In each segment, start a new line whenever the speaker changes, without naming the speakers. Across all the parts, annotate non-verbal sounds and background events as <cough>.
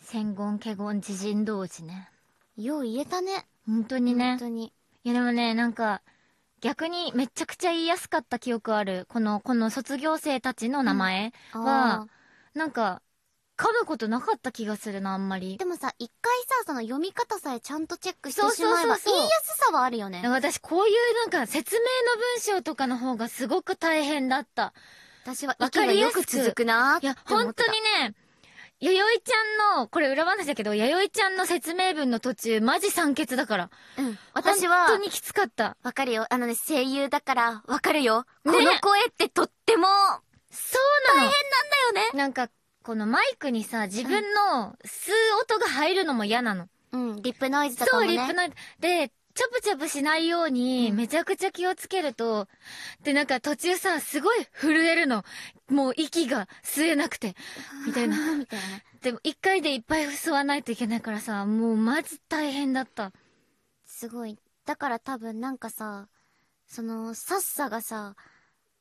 先言華言知人同士ね
よう言えたね。
本当にね
本当に。
いやでもねなんか逆にめちゃくちゃ言いやすかった記憶あるこのこの卒業生たちの名前、
あー
はなんか噛むことなかった気がするなあんまり
でもさ、一回さ、その読み方さえちゃんとチェックしてしまえ
そうそうそ
ば、
うそう
言いやすさはあるよ
なん
ね。
か私こういうなんか説明の文章とかの方がすごく大変だった
私は、
わかりやすく
息がよく続くなーっ
い
て
や
思
本
って
当
た。
にね弥生ちゃんのこれ裏話だけど弥生ちゃんの説明文の途中マジ酸欠だから
うん。私
本
は
当、にきつかった
わかるよ。あのね、声優だから、わかるよ。こ
ね
の声ってとっても、だ
そうなの
よね。
なんかこのマイクにさ自分の吸う音が入るのも嫌なの、
うん、リップノイズとか
そ
も
う
ね。
リップのでチャプチャプしないように
うん
めちゃくちゃ気をつけると、でなんか途中さすごい震えるのもう息が吸えなくてみたいな
<laughs> な。みたいなね。
でも一回でいっぱい吸わないといけないからさもうマジ大変だった
すごい。だから多分なんかさ、その、さっさがさ、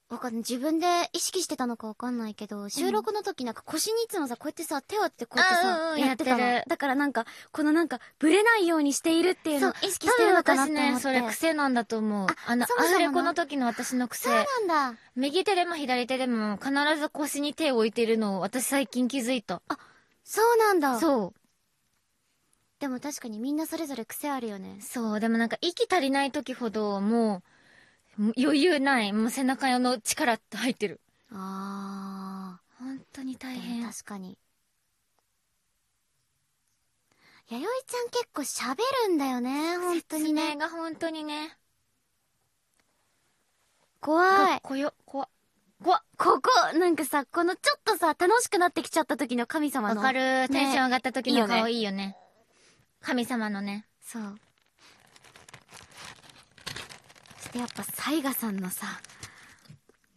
わかんない。自分で意識してたのかわかんないけど、収録の時なんか腰にいつもさ、こうやってさ、手をってこうやって
あうん
さ
う、ん
やってたの
やってる
だからなんか、このなんか、ブレないようにしているっていうのを意識
多
してる
分
のかなっ
私
て思
ね
って。
それ癖なんだと思う
あ
あの
そもそも
ア
の
フレコの時の私の癖
そうなんだ。
右手でも左手でも必ず腰に手を置いてるのを私最近気づいた
そうなんだ。
そう
でも確かにみんなそれぞれ癖あるよね。
そうでもなんか息足りない時ほどもう余裕ないもう背中の力って入ってる
あ
本当に
ー。
大
でも
変
確かに。弥生ちゃん結構喋るんだよね、本当にね。
爪が本当にね
怖い。
こよ怖っ怖っ
ここ、なんかさ、このちょっとさ、楽しくなってきちゃった時の神様
わ
の。
かるテンション上がった時の顔
ね
いいよね神様のね
そう。そしてやっぱ、サイガさんのさ、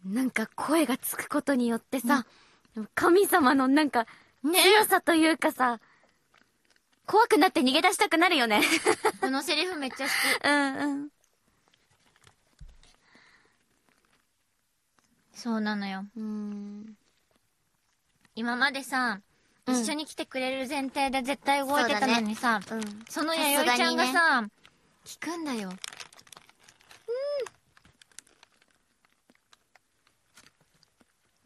なんか声がつくことによってさ、神様のなんか、強さというかさ、怖くなって逃げ出したくなるよね。
このセリフめっちゃ好
うんうん。
き <laughs> そうなのよ
うん。
今までさ
うん
一緒に来てくれる前提で絶対動いてたのにさ
うん。
そ,、の弥生ちゃんが
さ
さ、聞くんだよ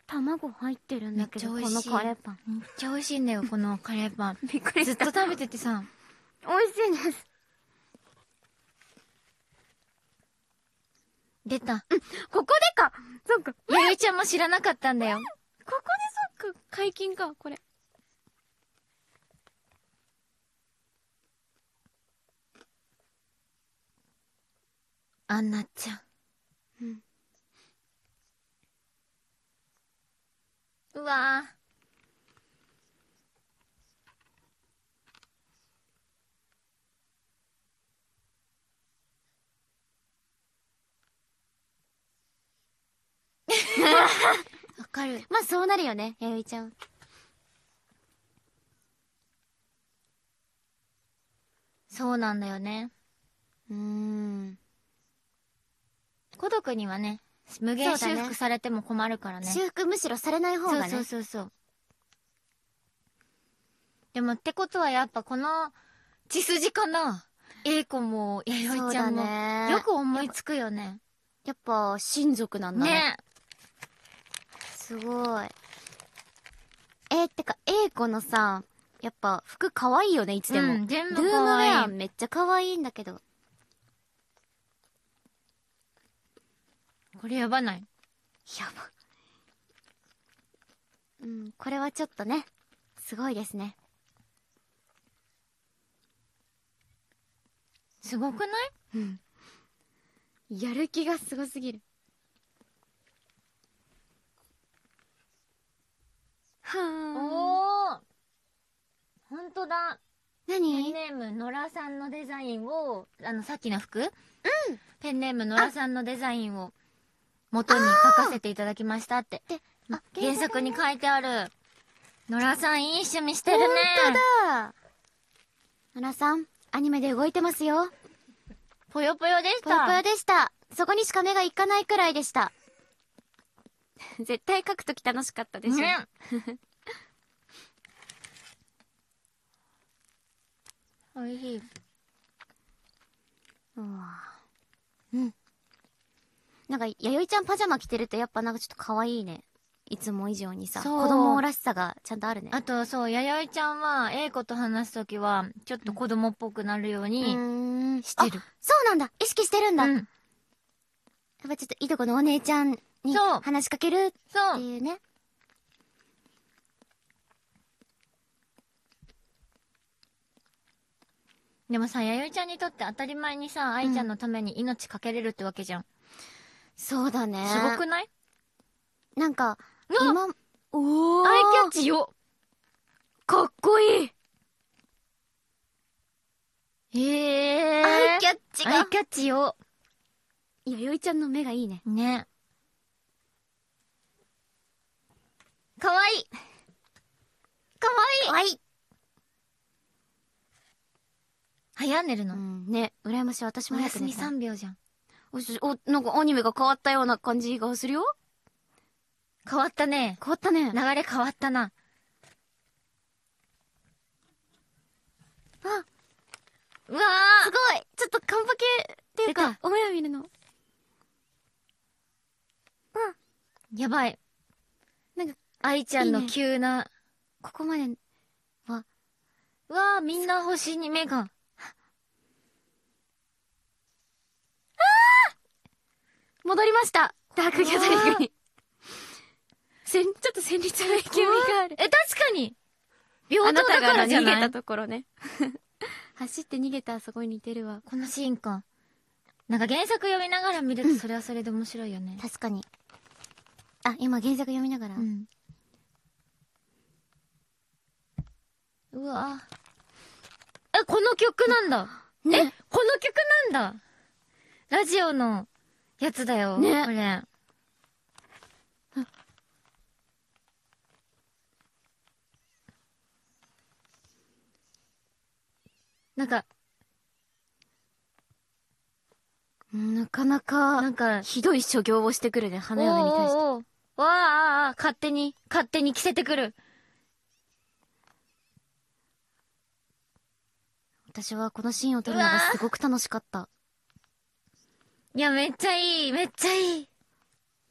卵入ってるんだけど、こ
めっちゃ美
の
味しい
カレーパン。
めっちゃ美味しいんだよこのカレー <laughs> パン
びっくり
ずっと食べててさ
美味しいです。
出た
ここでかそっか。
弥生ちゃんも知らなかったんだよ
ここでそっか解禁かこれ
あんなちゃん
うん
うわーわかる
まあそうなるよね弥生ちゃん
そうなんだよね
うん
孤独にはね無限
そう
修
だね
復されても困るからね
修復むしろされない方がね
そうそうそうそうでもってことはやっぱこの血筋かな A 子も弥生ちゃんも、
そうだね
よく思いつくよね
やっぱ親族なんだね
ね
すごいえー、ってか A 子のさやっぱ服可愛いよねいつでも、
うん全部
ルームウ
可愛い
ェアめっちゃ可愛いんだけど
これやばない
やばうんこれはちょっとねすごいですね
すごくない
やる気がすごすぎるは
お
あ
お本当だペン
何
ネーム野良さんのデザインをあのさっきの服うんペンネーム野良さんのデザインを元に書かせていただきましたって
あ
原作に書いてある野良さんいい趣味してる
本
ね
当だ奈良さんアニメで動いてますよ
ぽよぽよでし
ぽよ
た
ぽよでしたそこにしか目がいかないくらいでした
<laughs>
絶 <laughs> 対書くとき楽しかったでしょ、
ねいしい。
うわうん。なんか、弥生ちゃんパジャマ着てるとやっぱなんかちょっと可愛いね。いつも以上にさ、子
そう
供らしさがちゃんとあるね。
あと、そう、ややいちゃんは、A 子と話すときは、ちょっと子供っぽくなるよう
う
に、
ーん。
してる
あ。そうなんだ意識してるんだ、
う
やっ
ん。
ぱちょっといとこのお姉ちゃんに
そう
話しかけるっ
そう。
ていうね。
でもさ、ややいちゃんにとって当たり前にさ、愛ちゃんのために命かけれるってわけじゃん。
そうだね。
すごくない
なんか、
の
今、おー。
アイキャッチよ
かっこいい
へえ。
アイキ
ャッ
ャッチ
ア
が
イ。キャッチよ
弥生ちゃんの目がいいね。
ね。
かわいいかわいいかわいい
早寝る
う
の。
ん、ね、羨ましい。私
お
も早
休
く寝
み
たい
3秒じゃん。
おしお、なんかアニメが変わったような感じがするよ。
変わったね。
変わったね。
流れ変わったな。
あ、
うわ
すごいちょっとカンパケっていう
出
か、おや見るの。
ーやばい。
なんか、
愛ちゃんの
いいね
急な。
ここまで、
うわーみんな星に目が。
戻りましたダークギャザリング
うわ
に。 <laughs> せん、ちょっと戦慄の勢いがある。
え、確かに平
あ
等
な
だ
た
か
が
らじゃ
逃げ
な
た
い
ところね。 <laughs> 走って逃げたあそこに似てるわ。
このシーンか。なんか原作読みながら見るとそれはそれで面白いよね。
確かに。あ、今原作読みながら。
うん。うわえ、この曲なんだ。え、この
ね、
曲なんだ。ラジオのやつだよ。
ね
これ。なんか、
なかな
な
か、
んか、
ひどい所業をしてくるね、花嫁に対して。
おーおーおーわあああ、勝手に、勝手に着せてくる。
私はこのシーンを撮るのがすごく楽しかった。
いや、めっちゃいい、めっちゃいい。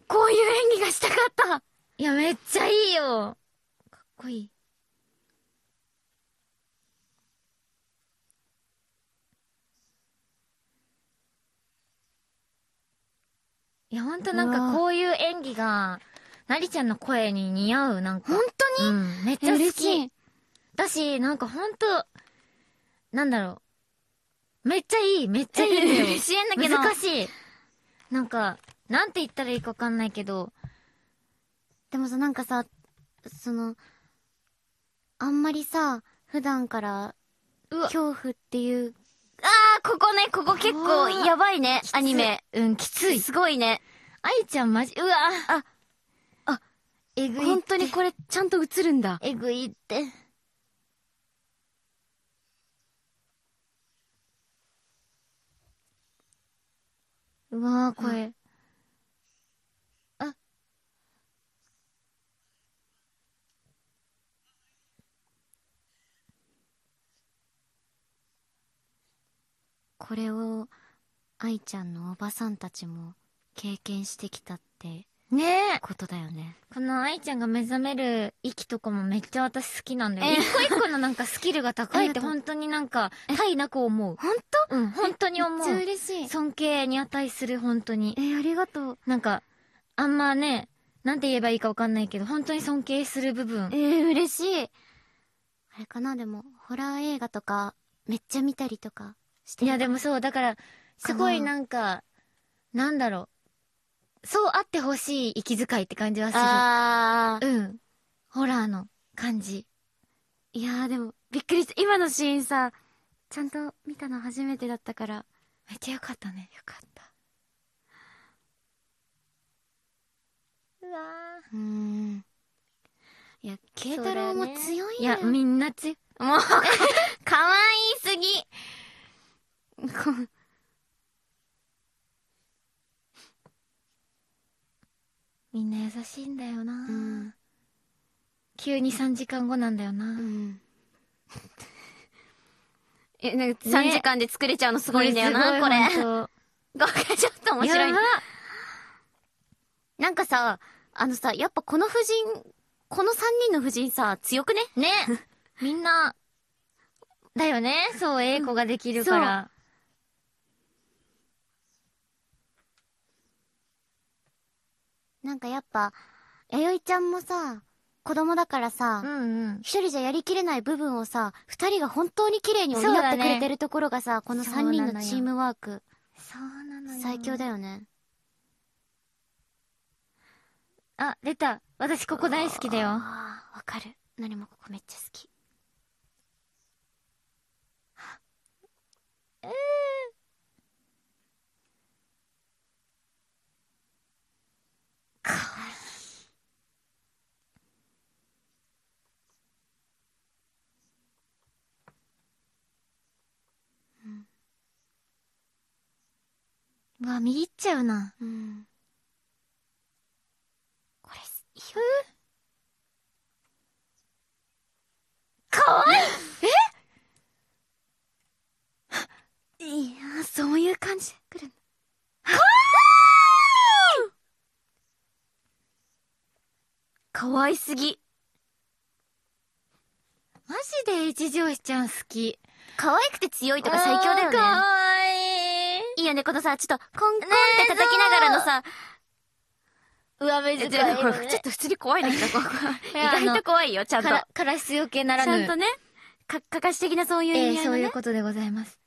こういう演技がしたかった
いや、めっちゃいいよ。かっこいい。いや、ほんとなん
う
か
わ
こういう演技が、なりちゃんの声に似合う、なんか。
本当に、
うん、めっち
え
ゃ好
嬉し
き。
い。
だし、なんかほんと、なんだろう。めっちゃいい、めっちゃいいんだよ。
嬉しいんだけど
難しい。なんか、なんて言ったらいいかわかんないけど、
でもさ、なんかさ、その、あんまりさ、普段から、
うわ
恐怖っていう。あー、ここね、ここ結構やばいね、アニメ。
うん、きつい。
すごいね。
愛ちゃんマジ、うわ
あ、あ、
えぐいって。
本当にこれちゃんと映るんだ。
えぐいって。うわー、声。あ。
これを、愛ちゃんのおばさんたちも経験してきたって
ねえ。
ことだよね。
この愛ちゃんが目覚める息とかもめっちゃ私好きなんだよ。
え
一個一個のなんかスキルが高いっ <laughs>
あり
て
がとう
本当になんか、体なく思う。
ほんと
うん、本当に思
めっちゃ
う。
嬉しい。
尊敬に値する、本当に。
え、ありがとう。
なんか、あんまね、なんて言えばいいかわかんないけど、本当に尊敬する部分
え。ー、嬉しい。あれかな、でも、ホラー映画とか、めっちゃ見たりとかして
い
る
や、でもそう、だから、すごいなんか、なんだろう。そうあってほしい息遣いって感じはす
あー。
る。うん。ホラーの感じ。
いやー、でも、びっくりした。今のシーンさ、ちゃんと見たの初めてだったから、よ
めっちゃよかったね。
かった。
うわ
うーん。いや、慶太郎も強い
い
よ。
や、みんな強い。
もう、かわいすぎ。こ
<laughs> みんな優しいんだよな、
うん
急に3時間後なんだよな、
うん。 <laughs> え、なんか3時間で作れちゃうのすごいんだよな、これ。
す
<laughs>
ごいほんと
これちょっと <laughs> 面白い
やば。
なんかさ、あのさ、やっぱこの夫人、この3人の夫人さ、強くね
ね。みんな、だよね。そう、英子ができるから。
なんかやっぱ、弥生ちゃんもさ、子供だからさ、
うんうん。
一人じゃやりきれない部分をさ、二人が本当に綺麗に補ってくれてるところがさ、この三人
そうなの
の
よ
チームワーク、
そうなのよ。
最強だよね。
あ、出た。私ここ大好きだよ。
あーわかる。何もここめっちゃ好き。
うわ、右行っちゃうな。
うん。これ、いいよ。
かわい
いやー、そういう感じで来るんだ。かわいすぎ。
マジで一条しちゃん好き。
可愛くて強いとか最強だ
あーか
よね。
わいい。
いいよね、このさ、ちょっとコンコンって叩きながらのさ、
上目
ちょっ
遣
と
いのね。
ちょっと普通に怖いんだけど、こ
い
こ
や
意外と怖いよ、ちゃんと。
から、からしよけなら
ちゃ
ぬ。
んとね、か、かかし的なそういう意
え
味
え
合い
そ
の
ういう
ね。
ことでございます。